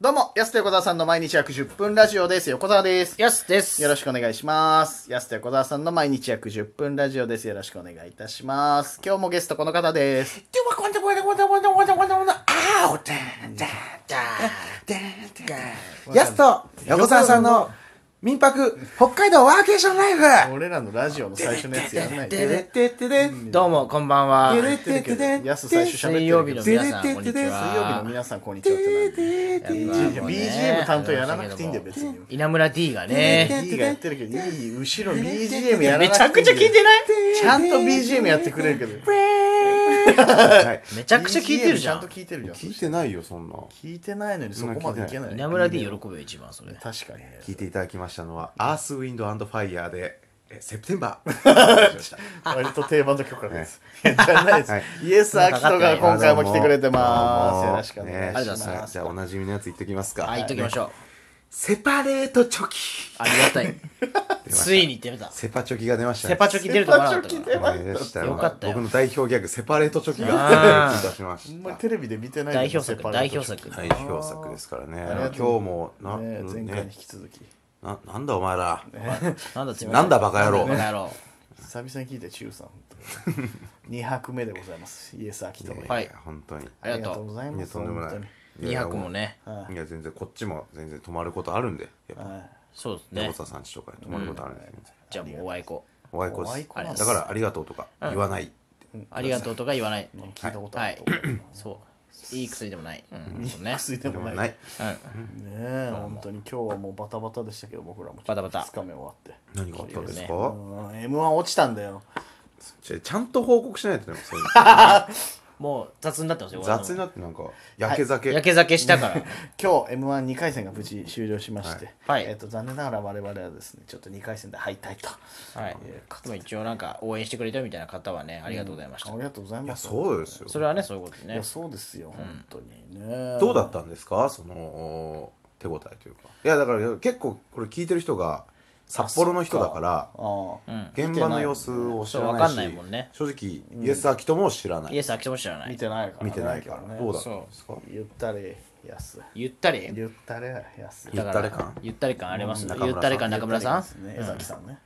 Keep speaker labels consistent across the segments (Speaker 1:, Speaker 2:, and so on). Speaker 1: どうも、安田横澤さんの毎日約10分ラジオです。横澤です。
Speaker 2: やすです。
Speaker 1: よろ
Speaker 2: し
Speaker 1: しくお願いします。安田横澤さんの毎日約10分ラジオです。よろしくお願いいたします。今日もゲストこの方です。
Speaker 2: く。では、こんなこんなこんなこんなこんなこんなこんな。あお、だんだんだん。やすと、横澤さんの民泊、北海道ワーケーションライフ。
Speaker 1: 俺らのラジオの最初のやつやらない
Speaker 2: で
Speaker 1: で。
Speaker 2: でででで
Speaker 3: どうも、こんばんは。
Speaker 2: でででで
Speaker 1: やす最初喋ってるけど
Speaker 3: 水曜
Speaker 2: でで
Speaker 3: 日の皆さん、こん
Speaker 2: でで
Speaker 1: 水曜
Speaker 3: にち
Speaker 1: 日の
Speaker 3: は。
Speaker 1: 皆さん、こんにちはって
Speaker 3: やっぱ
Speaker 2: で
Speaker 1: なんだ
Speaker 3: もう
Speaker 1: よい
Speaker 3: ね
Speaker 1: や BGM 担当やらなくていいんだよ、別に。
Speaker 3: 稲村 D がね、
Speaker 1: D がやってるけど、いい後ろ BGM やらなくていいんだよ。
Speaker 3: ない
Speaker 1: ちゃんと BGM やってくれるけど。
Speaker 3: めちゃくちゃ聞いてるじ
Speaker 1: BGM ち
Speaker 3: ゃ
Speaker 1: ゃん
Speaker 3: ん
Speaker 1: と。聞いてるじゃん。
Speaker 4: 聞いてないよそんな
Speaker 1: 聞いてないのにそこまでいけない。
Speaker 3: 稲村 D 喜ぶよ、一番それ。
Speaker 1: 確かにね。
Speaker 4: 聞いていただきましたのは「アースウィンドアンドファイヤーで「えセプテンバー」お願いしました
Speaker 1: 割と定番の曲です。いや じゃないです。
Speaker 4: はい
Speaker 1: イエス・アキトが今回も来てくれて
Speaker 4: ど
Speaker 1: ま
Speaker 4: う
Speaker 1: す。
Speaker 4: も
Speaker 1: よろしくお願いしま
Speaker 4: ね
Speaker 1: す。
Speaker 4: はいじゃあおなじみのやつ言ってきますか
Speaker 3: あ、言っときましょう。
Speaker 4: セパレートチョキ
Speaker 3: ありがたい。ついに言ってみた。
Speaker 4: セパチョキが出ましたね
Speaker 3: セパチョキ出ると思わなかった
Speaker 1: セパチョキ
Speaker 3: か
Speaker 1: 出
Speaker 3: ら。
Speaker 1: ま
Speaker 4: 出ました
Speaker 3: よかったよ
Speaker 4: 僕の代表ギャグセパレートチョキが
Speaker 3: あー
Speaker 4: 出しま
Speaker 1: あん
Speaker 4: し
Speaker 1: まり
Speaker 4: た
Speaker 1: テレビで見てない
Speaker 3: 代表作、
Speaker 1: セパ
Speaker 3: 代
Speaker 1: レー
Speaker 3: 表
Speaker 1: ト
Speaker 3: 作。
Speaker 4: 代表作ですからね
Speaker 1: ありが
Speaker 4: 今日
Speaker 1: とう
Speaker 4: もな,、
Speaker 1: ね前回に
Speaker 4: ね
Speaker 1: 引、き続き。
Speaker 4: ななんだお前ら
Speaker 3: なんだ、すみませ
Speaker 4: なんだバカ野郎
Speaker 3: バカ野郎。
Speaker 1: 久々に聞いて、チュウさん。本当に二拍目でございます。イエス・アキトの。
Speaker 3: はい
Speaker 4: や本当にい
Speaker 3: ありがとう。
Speaker 1: ざいま
Speaker 4: や
Speaker 1: す。
Speaker 4: とんでもない
Speaker 1: 本
Speaker 4: いや
Speaker 3: 200もね。
Speaker 4: いや全然こっちも全然泊まることあるんでやっ
Speaker 1: 当
Speaker 4: ぱ
Speaker 1: にはい
Speaker 3: そうです
Speaker 4: 横
Speaker 3: ね。
Speaker 4: 澤さんちとかに泊まることあるんで、全然
Speaker 3: じゃあもうお会いこ
Speaker 4: おあいこ
Speaker 1: おあい
Speaker 4: で
Speaker 1: こなんです
Speaker 4: すだからありがとうとか言わない、
Speaker 3: う。ありがとうとか言わない。
Speaker 1: 聞いたこと
Speaker 3: は
Speaker 1: ある
Speaker 3: い
Speaker 1: と思う。。
Speaker 3: そう。いい薬でもない。うん。そうね。
Speaker 1: 薬で
Speaker 4: で
Speaker 1: も
Speaker 4: も
Speaker 1: ない。
Speaker 4: な
Speaker 1: ね
Speaker 4: い
Speaker 1: え、本当に今日はもうバタバタでしたけど、僕らも。
Speaker 3: バタバタ
Speaker 1: 2日目終わって。
Speaker 4: 何があったんですか、
Speaker 1: うん、M1 落ちたんだよ。
Speaker 4: ちょちゃんと報告しないとでもそういうの
Speaker 3: もう雑になってますよ。
Speaker 4: 雑になってなんかやけ酒、
Speaker 3: 焼け酒した から。
Speaker 1: 今日 m 1 2回戦が無事終了しまして、
Speaker 3: はい
Speaker 1: えっと残念ながら我々はですねちょっと2回戦で敗退と、
Speaker 3: はい。でも一応なんか応援してくれたみたいな方はね、ありがとうございました
Speaker 1: あ。りがとうござい
Speaker 4: いや
Speaker 1: ます
Speaker 4: そうですよ
Speaker 3: それはね、そういうこと
Speaker 1: い
Speaker 3: ね
Speaker 1: や。そうですよ、本当にね
Speaker 4: どうだったんですかその手応えというかいやだから結構これ聞いてる人が札幌の人だから
Speaker 1: ああ、
Speaker 4: 現場の様子を知
Speaker 3: そ
Speaker 4: ら
Speaker 3: うわ
Speaker 4: な
Speaker 3: か
Speaker 4: いし
Speaker 3: んないもんね
Speaker 4: 正直イエス・アキトも知らない、
Speaker 3: イエス、飽きても知らな
Speaker 1: 見
Speaker 3: い。
Speaker 1: てないから、
Speaker 4: 見てないから、
Speaker 1: 今日ね
Speaker 4: どうだったんですか
Speaker 1: ゆったり安
Speaker 3: ゆったり
Speaker 1: ゆったり安
Speaker 4: ゆったり感
Speaker 3: ゆったり感ありますね。
Speaker 4: 中
Speaker 3: ゆ
Speaker 4: 村さん
Speaker 3: ったり感中村さん
Speaker 1: ゆったりですね江崎さんね、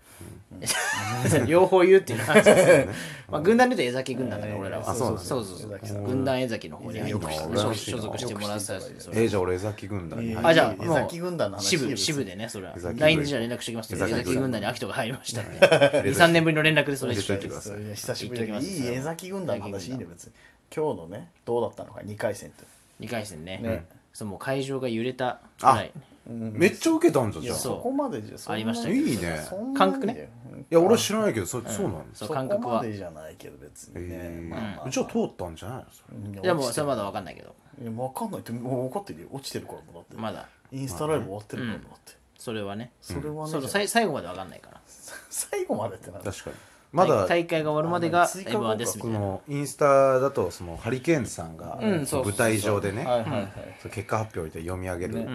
Speaker 3: 両方言うっていう感じです ね。まあ、軍団で言うと江崎軍団だね、俺らは。
Speaker 4: あそうなんだ
Speaker 3: そうそうそう
Speaker 1: 江崎さん
Speaker 3: 軍団江崎の方に入って
Speaker 4: いいな
Speaker 3: 所所属してもらってたりする
Speaker 4: えー、じゃあ俺江崎軍団に入
Speaker 3: あ、じゃあ、
Speaker 1: 江
Speaker 3: も
Speaker 1: 崎軍団の
Speaker 3: う、
Speaker 1: 話
Speaker 3: 支
Speaker 1: いい
Speaker 3: 部、
Speaker 1: です
Speaker 3: 支部でね、それは
Speaker 4: 江崎。軍
Speaker 3: LINE でじゃあ連絡してきますけど、
Speaker 4: 江
Speaker 3: 江
Speaker 4: 崎軍
Speaker 3: 崎軍団にアキトが入りましたんで、2、3年ぶりの連絡でそれ
Speaker 4: 入れといて
Speaker 3: 一
Speaker 4: く
Speaker 3: 緒
Speaker 4: だ
Speaker 3: に
Speaker 4: さい
Speaker 1: 久しぶり
Speaker 3: 行
Speaker 1: に
Speaker 3: っときます
Speaker 1: いい江崎軍団の話いいね別に今日のねどうだったのか2回戦って
Speaker 3: 2回戦
Speaker 1: ね
Speaker 3: ね。そう、もう会場が揺れたぐらい。
Speaker 4: めっちゃ受けたんじゃんじゃあ
Speaker 3: やそう
Speaker 1: そこまでじゃそんな
Speaker 3: ありましたよ
Speaker 4: いいね
Speaker 1: そんなに
Speaker 3: 感覚ね
Speaker 1: うん
Speaker 4: いや俺知らないけどそ,、そうなんです
Speaker 3: そう、
Speaker 1: そ
Speaker 3: 感
Speaker 1: こ
Speaker 3: 覚
Speaker 1: ま
Speaker 3: は。
Speaker 1: でじゃないけど別にね、
Speaker 4: えー
Speaker 1: まあまあ、
Speaker 4: じゃあ通ったんじゃないのそれ
Speaker 1: い
Speaker 3: いやもう
Speaker 1: 落ちて
Speaker 3: それ
Speaker 1: る
Speaker 3: まだ分かんないけど
Speaker 1: いやわかんないってもう分かってるよ落ちてるからもだって、
Speaker 3: まだ
Speaker 1: インスタライブ終わってるからもだって、
Speaker 3: それはね
Speaker 1: それはね、
Speaker 3: その
Speaker 1: じゃあ
Speaker 3: 最最後まで分かんないから
Speaker 1: 最後までってな
Speaker 4: 確かにまだ
Speaker 3: 大大会が終わるまでが
Speaker 1: 追加報告
Speaker 3: M1 ですみ
Speaker 4: こ
Speaker 3: たいな
Speaker 4: のインスタだとそのハリケーンさんが
Speaker 3: んそうそうそう
Speaker 4: 舞台上でね
Speaker 1: はいはいはい、
Speaker 4: そう結果発表で読み上げる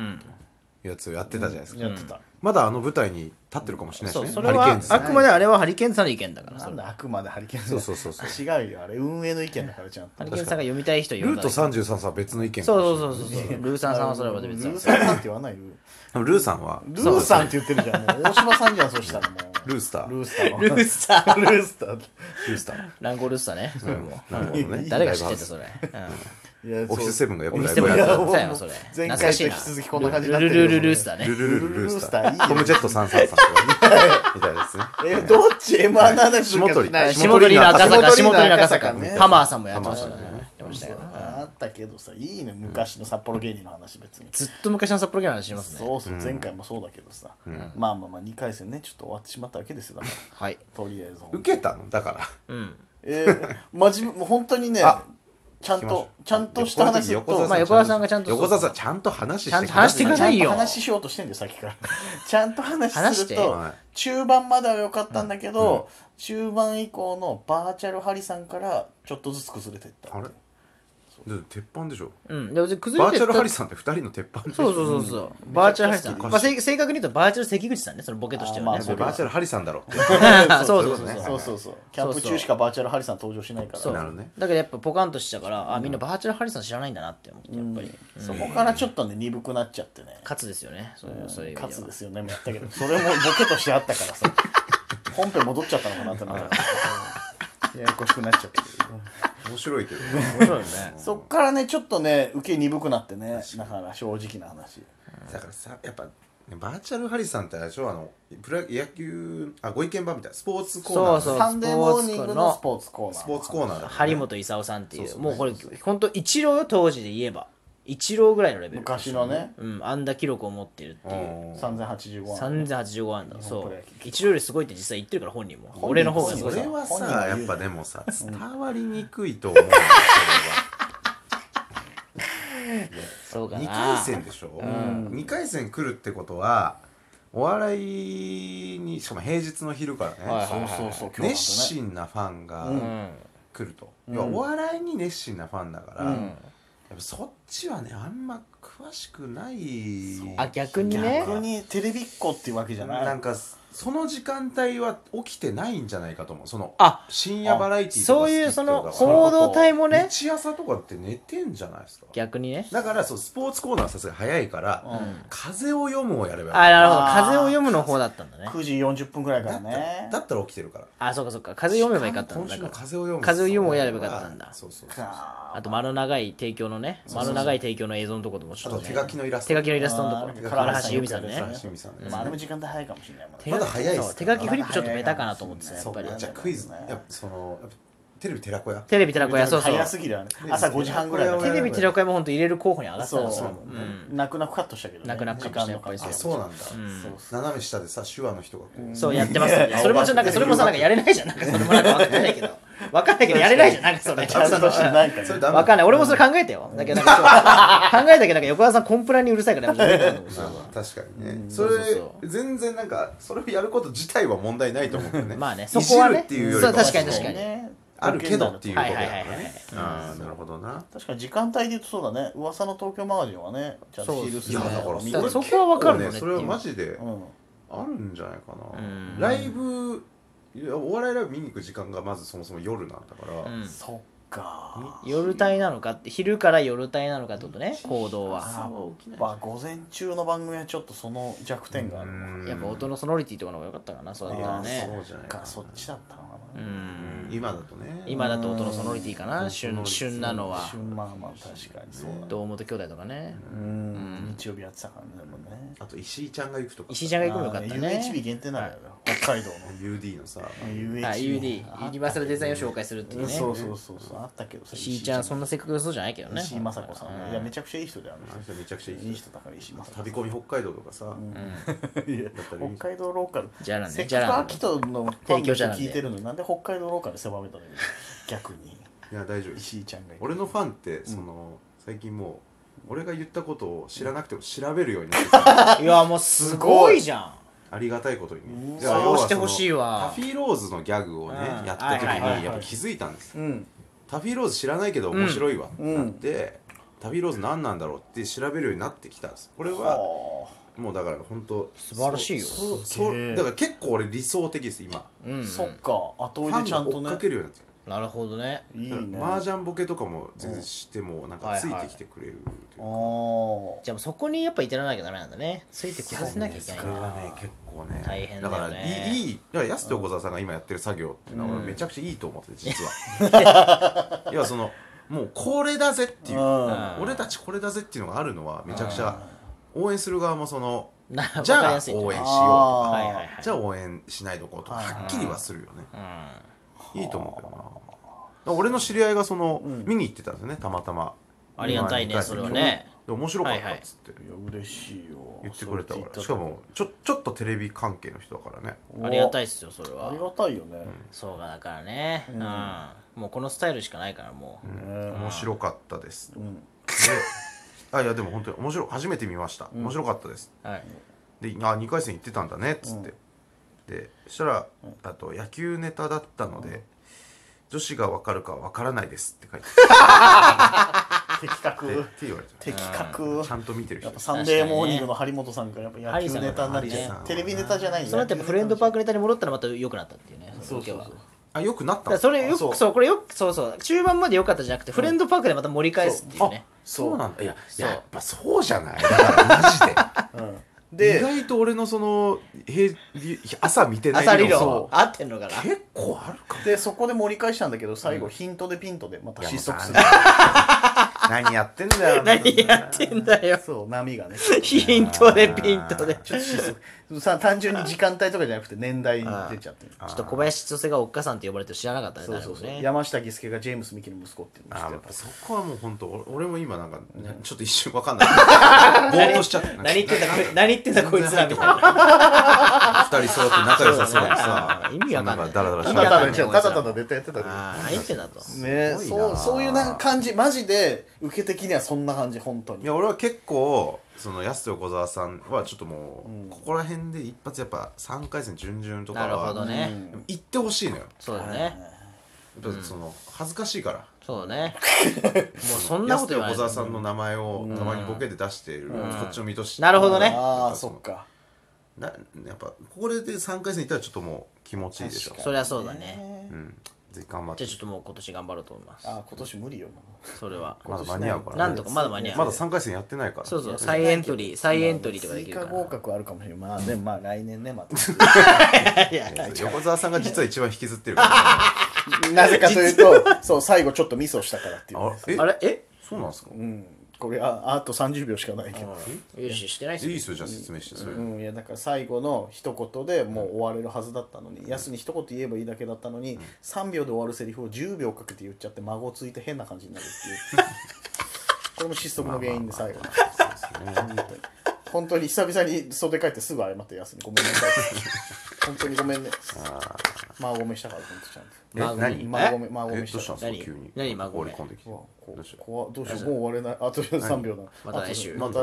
Speaker 4: やつをやってたじゃないですか、
Speaker 1: やってた、
Speaker 4: まだあの舞台に立ってるかもしれないし
Speaker 3: そう
Speaker 4: ね
Speaker 3: それ
Speaker 4: ハリケー
Speaker 3: は
Speaker 4: ンさ
Speaker 3: あ
Speaker 4: ん
Speaker 3: くまであれはハリケーンさんの意見だから
Speaker 1: な
Speaker 3: そ
Speaker 1: ん
Speaker 3: れ
Speaker 1: だあくまでハリケーン
Speaker 4: そうそうそうそう
Speaker 1: う違うよあれ運営の意見だからちゃんと
Speaker 3: ハリケーンさんが読みたい人読ん
Speaker 4: ルー
Speaker 3: だ
Speaker 4: ト
Speaker 3: ら
Speaker 4: 33さんは別の意見かもしれ
Speaker 3: そ
Speaker 4: な
Speaker 3: う
Speaker 4: い
Speaker 3: そうそうそうルーさんさんはそれはまた別
Speaker 1: ルー
Speaker 3: だ
Speaker 1: さんなんて言わないよ
Speaker 4: でもルーさんは
Speaker 1: ルーさんって言ってるじゃんもう大島さんじゃんそしたらもう
Speaker 4: ルースター
Speaker 1: ルースターの
Speaker 3: ルースター
Speaker 1: ルースター
Speaker 4: ルースター
Speaker 3: ランゴルースターねそれも
Speaker 4: なるほどね
Speaker 3: 誰が知ってた
Speaker 4: ライ
Speaker 3: それ
Speaker 1: いやそう
Speaker 4: ブハウスオフィスセブンがやっぱ
Speaker 3: うん
Speaker 4: り
Speaker 3: 見せ
Speaker 4: ライ
Speaker 3: て
Speaker 4: ブ
Speaker 3: も
Speaker 4: や
Speaker 3: ら
Speaker 4: っ
Speaker 3: ってたやつだ
Speaker 4: る
Speaker 3: よそれ
Speaker 1: 前回
Speaker 3: 懐かしいな
Speaker 1: と引き続きこんな感じになってる
Speaker 3: ルルルルルースター
Speaker 4: ル
Speaker 3: ね
Speaker 4: ルルルルルースタ
Speaker 1: ルースターいいよ
Speaker 4: ートム・ジェット333とかみたいですね
Speaker 1: えどっち M1 の話するか
Speaker 4: 下取り
Speaker 1: しない
Speaker 3: 霜取りの赤坂霜取りの赤坂
Speaker 1: 霜取りの赤坂ね
Speaker 3: ハマーさんもやってましたからねやってましたけど
Speaker 1: あったけどさいいね昔の札幌芸人の話別に、
Speaker 3: ずっと昔の札幌県の話しますね
Speaker 1: そうそう前回もそうだけどさ、まあまあまあ2回戦ねちょっと終わってしまったわけですよだか
Speaker 3: はい
Speaker 1: らとりあえずほん
Speaker 4: 受けたのだから
Speaker 1: えー、真面目もう本当にね
Speaker 4: あ
Speaker 1: ちゃん
Speaker 4: 聞きましょ
Speaker 1: と
Speaker 4: う
Speaker 1: ちゃんとした話
Speaker 4: 横
Speaker 1: と
Speaker 4: 澤
Speaker 3: まあ横澤さんがちゃんと
Speaker 4: 横澤さんちゃんと話して
Speaker 3: ちゃんと話してください
Speaker 1: ちゃん
Speaker 3: よ
Speaker 1: と話しようとしてんだよさっきから ちゃんと話
Speaker 3: 話
Speaker 1: す
Speaker 3: し
Speaker 1: る
Speaker 3: て
Speaker 1: と、
Speaker 4: はい
Speaker 1: 中盤までは良かったんだけど、中盤以降のバーチャルハリさんからちょっとずつ崩れていった
Speaker 4: あれだって鉄板でしょ
Speaker 3: うんで別に崩
Speaker 4: バ
Speaker 3: れて
Speaker 4: ーチャルハリ
Speaker 3: ス
Speaker 4: スさんって2人の鉄板でし
Speaker 3: そ
Speaker 4: ょ
Speaker 3: うそうそうそう
Speaker 1: バーチャルハリス
Speaker 3: さん
Speaker 4: おかしい
Speaker 3: まあせ正確に言うとバーチャル関口さんねそのボケとして
Speaker 1: あ
Speaker 3: は
Speaker 1: ま
Speaker 3: ね
Speaker 1: あ
Speaker 4: それバーチャルハリさんだろって
Speaker 3: そうそうそうそう
Speaker 1: そうそうそうキャンプ中しかバーチャルハリさん登場しないから
Speaker 3: そう
Speaker 4: なるほどね
Speaker 3: だけどやっぱポカンとしてたからあみんなバーチャルハリスさん知らないんだなって思ってやっぱり
Speaker 1: そこからちょっとね鈍くなっちゃってね
Speaker 3: 勝つですよねそういうそういう意味
Speaker 1: 勝
Speaker 3: で
Speaker 1: つ
Speaker 3: は
Speaker 1: ですよねもやったけどそれもボケとしてあったから さ本編戻っちゃったのかなってなややこしくなっちゃって
Speaker 4: 面白 いけど
Speaker 3: そうです ね
Speaker 1: そっからねちょっとね受け鈍くなってねだから正直な話
Speaker 4: だからさやっぱねバーチャルハリさんってあれでしょあのプロ野球あご意見番みたいなスポーツコーナーの
Speaker 3: そうそう
Speaker 1: サンデーモーニングのスポーツコーナー
Speaker 4: スポーツコーナーだからね
Speaker 3: 張本勲さんっていう
Speaker 4: そうそう
Speaker 3: もうこれ本当一郎よ当時で言えば一郎ぐらいのレベル
Speaker 1: 昔のね
Speaker 3: うん安打記録を持ってるっていう
Speaker 4: うん
Speaker 1: 3085話
Speaker 3: 3085安打
Speaker 1: 本
Speaker 3: そ
Speaker 1: プロ野
Speaker 3: う
Speaker 1: 球
Speaker 3: 一郎よりすごいって実際言ってるから本人も俺の方がすご
Speaker 4: そ
Speaker 3: い
Speaker 4: れは
Speaker 1: 本人が
Speaker 4: さや
Speaker 1: 言
Speaker 4: っ
Speaker 1: う
Speaker 4: ぱでもさ伝わりにくいと思うんだ
Speaker 3: そう
Speaker 4: け
Speaker 3: か
Speaker 4: ど2
Speaker 3: な
Speaker 4: 回戦でしょ2回戦来るってことはお笑いにしかも平日の昼からね、
Speaker 3: はい
Speaker 1: そうそうそう今日なんかね
Speaker 4: 熱心なファンが
Speaker 3: うん
Speaker 4: 来ると、要はお笑いに熱心なファンだから、
Speaker 1: うん
Speaker 4: やっぱそっちはねあんま詳しくない
Speaker 3: あ逆にね
Speaker 1: 逆にテレビっ子っていうわけじゃない
Speaker 4: なんかその時間帯は起きてないんじゃないかと思うその
Speaker 3: あ
Speaker 4: 深夜バラエティーとか
Speaker 3: そういう
Speaker 4: 好き
Speaker 3: そ
Speaker 4: ってい
Speaker 3: の
Speaker 4: うか
Speaker 3: 報道体もね
Speaker 4: 日朝とかって寝てんじゃないですか
Speaker 3: 逆にね
Speaker 4: だからそうスポーツコーナーはさすがに早いから、
Speaker 1: うん
Speaker 4: 風を読むをやれば
Speaker 3: あなるほど
Speaker 1: あー
Speaker 3: 風を読むの方だったんだね
Speaker 1: 9時40分ぐらいから
Speaker 4: だったら
Speaker 1: ね
Speaker 4: だったら起きてるから
Speaker 3: あそうかそうか風読めばよかったん
Speaker 4: 今
Speaker 3: だ
Speaker 4: 週
Speaker 3: か
Speaker 4: の
Speaker 3: ら
Speaker 4: 風を読む
Speaker 3: 風を読むをやればよかったんだ
Speaker 4: そうそうそう
Speaker 1: か
Speaker 3: あと丸長い提供のね丸長い提供の映像のとこでもち
Speaker 4: あ
Speaker 3: ょっと
Speaker 4: と
Speaker 3: ね
Speaker 4: 手書きのイラスト
Speaker 3: 手書きのイラストのと
Speaker 1: あ
Speaker 3: こ
Speaker 1: ー
Speaker 3: 唐橋由美さんね
Speaker 4: 唐橋由美さんね
Speaker 1: まああれも時間帯早いかもしれないもん
Speaker 3: 手
Speaker 1: ね
Speaker 3: 書き
Speaker 4: まだ早いっすね
Speaker 3: そう手書きフリップちょっとベタかなと思ってたや
Speaker 4: そ
Speaker 3: っ
Speaker 4: う
Speaker 3: ぱり
Speaker 4: じゃあクイズやっぱそのやっぱテレビ寺子屋
Speaker 3: テレビ寺子屋そうそう
Speaker 1: 早すぎるよね朝5時半ぐらいだから
Speaker 3: テレビ寺子屋も本当入れる候補に上がってた
Speaker 1: そ
Speaker 3: ん
Speaker 1: う
Speaker 3: です
Speaker 1: そう
Speaker 3: よ
Speaker 1: ん、泣く泣くカットしたけど、ね、
Speaker 3: 泣く泣くカットしたやっぱり
Speaker 1: 時間のカット
Speaker 4: あそうなんだ、
Speaker 1: そうそう
Speaker 4: 斜め下でさ手話の人がこう、
Speaker 3: そうやってますよねそれもちょっとなんかそれもさなんかやれないじゃんなんかそれもなんか分かんないけど分かんないけどやれないじゃんなんか それ
Speaker 1: ちゃんとしないから、
Speaker 4: それ
Speaker 1: ね、
Speaker 4: ダメ
Speaker 3: 分かんない俺もそれ考えたよだけどなんかそう考えたけどなんか横田さんコンプラにうるさいからやめちゃったと思う
Speaker 4: まあまあ確かにね、それ
Speaker 3: そうそうそ
Speaker 4: 全然なんかそれをやること自体は問題ないと思うけどね
Speaker 3: まあねそこはね
Speaker 4: いじるっていうよりかは
Speaker 3: そう確かに確かに
Speaker 1: ね
Speaker 4: あるけどっていうことだから
Speaker 3: はいはいはいはい
Speaker 4: ねああなるほどな
Speaker 1: 確かに時間帯で言うとそうだね噂の東京マガジンはねちゃんと昼過
Speaker 4: い
Speaker 1: ぎ
Speaker 4: や
Speaker 1: の
Speaker 4: だから
Speaker 1: 見
Speaker 3: だから
Speaker 1: て
Speaker 3: そこはわかるもんね
Speaker 4: ねそれはマジで
Speaker 1: うん
Speaker 4: あるんじゃないかな、ライブいやお笑いライブ見に行く時間がまずそもそも夜なんだから、
Speaker 3: うん
Speaker 1: そっか
Speaker 3: 夜帯なのかって昼から夜帯なのかってことね行動は
Speaker 1: 朝は起きないまあ午前中の番組はちょっとその弱点があるの
Speaker 4: うん
Speaker 3: やっぱ音のソノリティとかの方が良かったかなそうだったら
Speaker 1: あー
Speaker 3: ね
Speaker 4: そうじゃない
Speaker 1: か
Speaker 4: か
Speaker 1: そっちだったのか
Speaker 3: う
Speaker 1: な、
Speaker 4: なん今だとね
Speaker 3: 今だと音のソノリティかな
Speaker 4: う
Speaker 3: 旬
Speaker 4: ん
Speaker 3: 旬なのは
Speaker 1: 旬まあまあ確かにそうだね
Speaker 3: 堂本兄弟とかね
Speaker 1: うん日曜日やってたからねでもね
Speaker 4: あと石井ちゃんが行くとか
Speaker 3: 石井ちゃんが行くのよかった
Speaker 1: あー
Speaker 3: ね
Speaker 1: UHB 限定なのよ、北海道の
Speaker 4: UD のさ
Speaker 1: UHB
Speaker 3: あ UD ユニバーサルデザインを紹介するっていうね
Speaker 1: そうそうそうそうあったけどさ
Speaker 3: しーちゃんそんなせっかくそうじゃないけどね
Speaker 1: 石井雅子さんねいやめちゃくちゃいい人だよ
Speaker 4: あの人めちゃくちゃいい
Speaker 1: いい
Speaker 4: 人
Speaker 1: 人だから石井雅子さん
Speaker 4: 旅込み北海道とかさ、
Speaker 1: いや北海道ローカル
Speaker 3: じゃらね
Speaker 1: せっ
Speaker 3: じゃ
Speaker 1: からく
Speaker 3: ね
Speaker 1: 秋田の
Speaker 3: 提供じゃらね
Speaker 1: 聞いてるのになんで北海道ローカル狭めたのよ逆に
Speaker 4: いや大丈夫
Speaker 1: 石井ちゃんがいる
Speaker 4: 俺のファンってその、最近もう俺が言ったことを知らなくても調べるようになってきた
Speaker 3: いやもうすごいじゃん
Speaker 4: ありがたいことにね
Speaker 1: ん
Speaker 4: だから要は
Speaker 3: そうして
Speaker 4: その
Speaker 3: ほしいわ
Speaker 4: タフィーローズのギャグをね、
Speaker 1: うん
Speaker 4: やった時
Speaker 3: はいはいはいはい
Speaker 4: にやっぱ気づいたんです、
Speaker 1: うん
Speaker 4: タフィーローズ知らないけど面白いわって
Speaker 1: うん
Speaker 4: なって、タフィーローズ何なんだろうって調べるようになってきたんですこれは
Speaker 1: は
Speaker 4: もうだから本当
Speaker 3: 素晴らしいよ
Speaker 4: そう
Speaker 1: す
Speaker 4: そ
Speaker 1: げえ
Speaker 4: うだから結構俺理想的です今
Speaker 3: うん
Speaker 1: あ
Speaker 3: うん
Speaker 1: そっか後
Speaker 4: フ
Speaker 1: 追い
Speaker 4: ァ
Speaker 1: で
Speaker 4: ン
Speaker 1: ちゃ
Speaker 4: が
Speaker 1: んと
Speaker 4: 追っ
Speaker 1: ね
Speaker 4: かけるようになってきた
Speaker 3: なるほどね
Speaker 1: いいね
Speaker 4: 麻雀ボケとかも全然してもなんかついてきてくれるというか、
Speaker 1: お
Speaker 3: じゃあもうそこにやっぱ至らなきゃダメなんだねついてこさせなきゃいけない
Speaker 4: それ
Speaker 3: な
Speaker 4: はね結構ね
Speaker 3: 大変だよね
Speaker 4: からいいいいだから安手横澤さんが今やってる作業っていうのは俺めちゃくちゃいいと思ってて実はいやそのもうこれだぜっていう
Speaker 1: うん
Speaker 4: 俺たちこれだぜっていうのがあるのはめちゃくちゃ応援する側もその
Speaker 3: なわ
Speaker 4: じゃ
Speaker 3: かり
Speaker 4: あ
Speaker 3: やすいね
Speaker 4: 応援しようと
Speaker 1: あ
Speaker 4: か
Speaker 1: ー
Speaker 3: はいはいはい
Speaker 4: じゃあ応援しないどこうとか
Speaker 1: はい
Speaker 4: はっきりはするよね
Speaker 3: うん
Speaker 4: いいと思うけどなだから俺の知り合いがその見に行ってたんですよねたまたま
Speaker 3: ありがたいね
Speaker 4: 前に
Speaker 3: それはね
Speaker 4: で面白かったっつって
Speaker 1: いや嬉しいよ
Speaker 4: 言ってくれたから
Speaker 1: そう
Speaker 4: しかもちょちょっとテレビ関係の人だからね
Speaker 3: ありがた
Speaker 1: い
Speaker 3: いっすよそれ
Speaker 1: あ
Speaker 3: は
Speaker 1: りがたいよね
Speaker 3: そうかだからねうんもうこのスタイルしかないからもう
Speaker 4: 面白かったです、
Speaker 1: ん
Speaker 4: であいやでも本当に面白い初めて見ました、面白かったです
Speaker 3: はい
Speaker 4: であ2回戦行ってたんだねっつって、でそしたらあと野球ネタだったので、女子が分かるか分からないですって書いて
Speaker 1: 的確
Speaker 4: あるって言われた
Speaker 1: 的確
Speaker 4: ちゃんと見てる
Speaker 1: やっ
Speaker 4: 人
Speaker 1: ぱサンデーモーニングの張本さんからやっぱ野球ネタになり
Speaker 3: ハリさん
Speaker 4: の
Speaker 1: テレビネタじゃない
Speaker 3: その後やっぱフレンドパー
Speaker 1: ク
Speaker 3: クネタに戻ったらまた良くなったっていうね
Speaker 1: そうそうそう
Speaker 3: の時は
Speaker 4: あよくな
Speaker 3: だ
Speaker 4: った
Speaker 3: から
Speaker 4: の
Speaker 3: それよ
Speaker 4: あそう
Speaker 3: くそうこれよくそうそう中盤まで良かったじゃなくてフレンドパークでまた盛り返すっていうね
Speaker 4: そうなんだいや
Speaker 3: そう
Speaker 4: やっぱそうじゃないだからマジ で意
Speaker 1: で
Speaker 4: 外と俺のその平朝見てない
Speaker 3: 朝理論
Speaker 4: そう
Speaker 3: 合ってんのかな
Speaker 4: 結構あるか
Speaker 1: でそこで盛り返したんだけど最後ヒントでピントでまた失速する
Speaker 4: いやもう何やってんだ よ
Speaker 3: 何やってんだよ
Speaker 1: そう波がね
Speaker 3: ヒントでピントで
Speaker 1: ちょっと失速さ単純に時間帯とかじゃなくて年代出ちゃってる
Speaker 3: ちょっと小林千歳がおっかさんって呼ばれてるの知らなかったね
Speaker 1: そう
Speaker 3: 誰
Speaker 1: そ
Speaker 3: も
Speaker 1: うそう、
Speaker 3: ね
Speaker 1: 山下義介がジェームス・ミキの息子っていうのを知
Speaker 4: あ
Speaker 1: って
Speaker 4: や
Speaker 1: やっ
Speaker 4: っぱ
Speaker 1: ぱ
Speaker 4: そこはもう本当俺俺も今なんかちょっと一瞬わかんない ぼーっとしちゃって
Speaker 3: 何言ってんだこい何言ってんだこいつらみたいな
Speaker 4: 二人揃って仲良さそうに
Speaker 3: そうだ
Speaker 4: さ
Speaker 3: ね意味わかんない
Speaker 4: なんかダラダラ
Speaker 1: た
Speaker 4: し
Speaker 3: 意味
Speaker 1: だ
Speaker 3: わ
Speaker 1: た
Speaker 3: かんな
Speaker 4: なが
Speaker 1: だ
Speaker 3: い
Speaker 4: ら
Speaker 1: ちょただただ出てやってたけど
Speaker 3: あー何言ってんだと
Speaker 1: ね
Speaker 4: すごい
Speaker 1: そ
Speaker 4: な
Speaker 1: うそういうなんか感じマジで受け的にはそんな感じ本当
Speaker 4: い
Speaker 1: に
Speaker 4: や俺は結構その安と横澤さんはちょっともうここら辺で一発やっぱ3回戦準々とか
Speaker 3: なるほど
Speaker 4: は
Speaker 3: ね、
Speaker 1: うん
Speaker 4: 行ってほしいのよ
Speaker 3: そうだね
Speaker 4: やっぱその恥ずかしいから
Speaker 3: そうねもうそんなこ
Speaker 4: 安
Speaker 3: と言
Speaker 4: と
Speaker 3: わ
Speaker 4: 横
Speaker 3: ない
Speaker 4: 澤さんの名前をたまにボケで出しているこっちの身として
Speaker 3: なるほどね
Speaker 1: ああそっか
Speaker 4: なやっぱこれで3回戦行ったらちょっともう気持ちいいでしょ
Speaker 3: そりゃそうだね
Speaker 4: うんぜひ頑張っ
Speaker 3: じ
Speaker 4: て
Speaker 3: ゃあちょっともう今年頑張ろうと思います
Speaker 1: ああ今年無理よ
Speaker 3: それは
Speaker 4: まだ間に合うから
Speaker 3: なんとかまだ間に合う
Speaker 4: まだ3回戦やってないから
Speaker 3: そうそう再エントリー再エントリーとかでき
Speaker 1: 追
Speaker 3: るか
Speaker 1: 加
Speaker 3: ら
Speaker 1: 合格あるかもしれないまあでもまあ来年ねまた
Speaker 4: 横澤さんが実は一番引きずってるか
Speaker 1: なぜかというとそう最後ちょっとミスをしたからってい
Speaker 4: ら
Speaker 1: う
Speaker 4: あえ
Speaker 3: あれえ
Speaker 4: そうなんですか
Speaker 1: うんこれああと30秒しかないけど
Speaker 3: よししてないっす
Speaker 4: いい
Speaker 3: よ
Speaker 4: っすよじゃあ説明してそれ
Speaker 1: うん、いやだから最後の一言でもう終われるはずだったのに、ヤスに一言言えばいいだけだったのに、3秒で終わるセリフを10秒かけて言っちゃって孫ついて変な感じになるっていうこれも失速の原因で最後、本当に本当に久々に袖帰ってすぐ謝ってヤスにごめんなさいって本当にごめんね孫ごめしたから本当ちゃんと
Speaker 4: え
Speaker 3: まあ
Speaker 4: 何
Speaker 3: ま
Speaker 1: 孫め
Speaker 4: え
Speaker 1: 孫
Speaker 4: ど
Speaker 1: め
Speaker 4: う
Speaker 1: した
Speaker 4: した
Speaker 1: から
Speaker 4: んですか
Speaker 3: 何
Speaker 4: 急に
Speaker 3: 何孫
Speaker 4: 放り込んできて
Speaker 1: うわこ怖どうしようもう終われないあと3秒だ
Speaker 3: また来週
Speaker 1: あとまた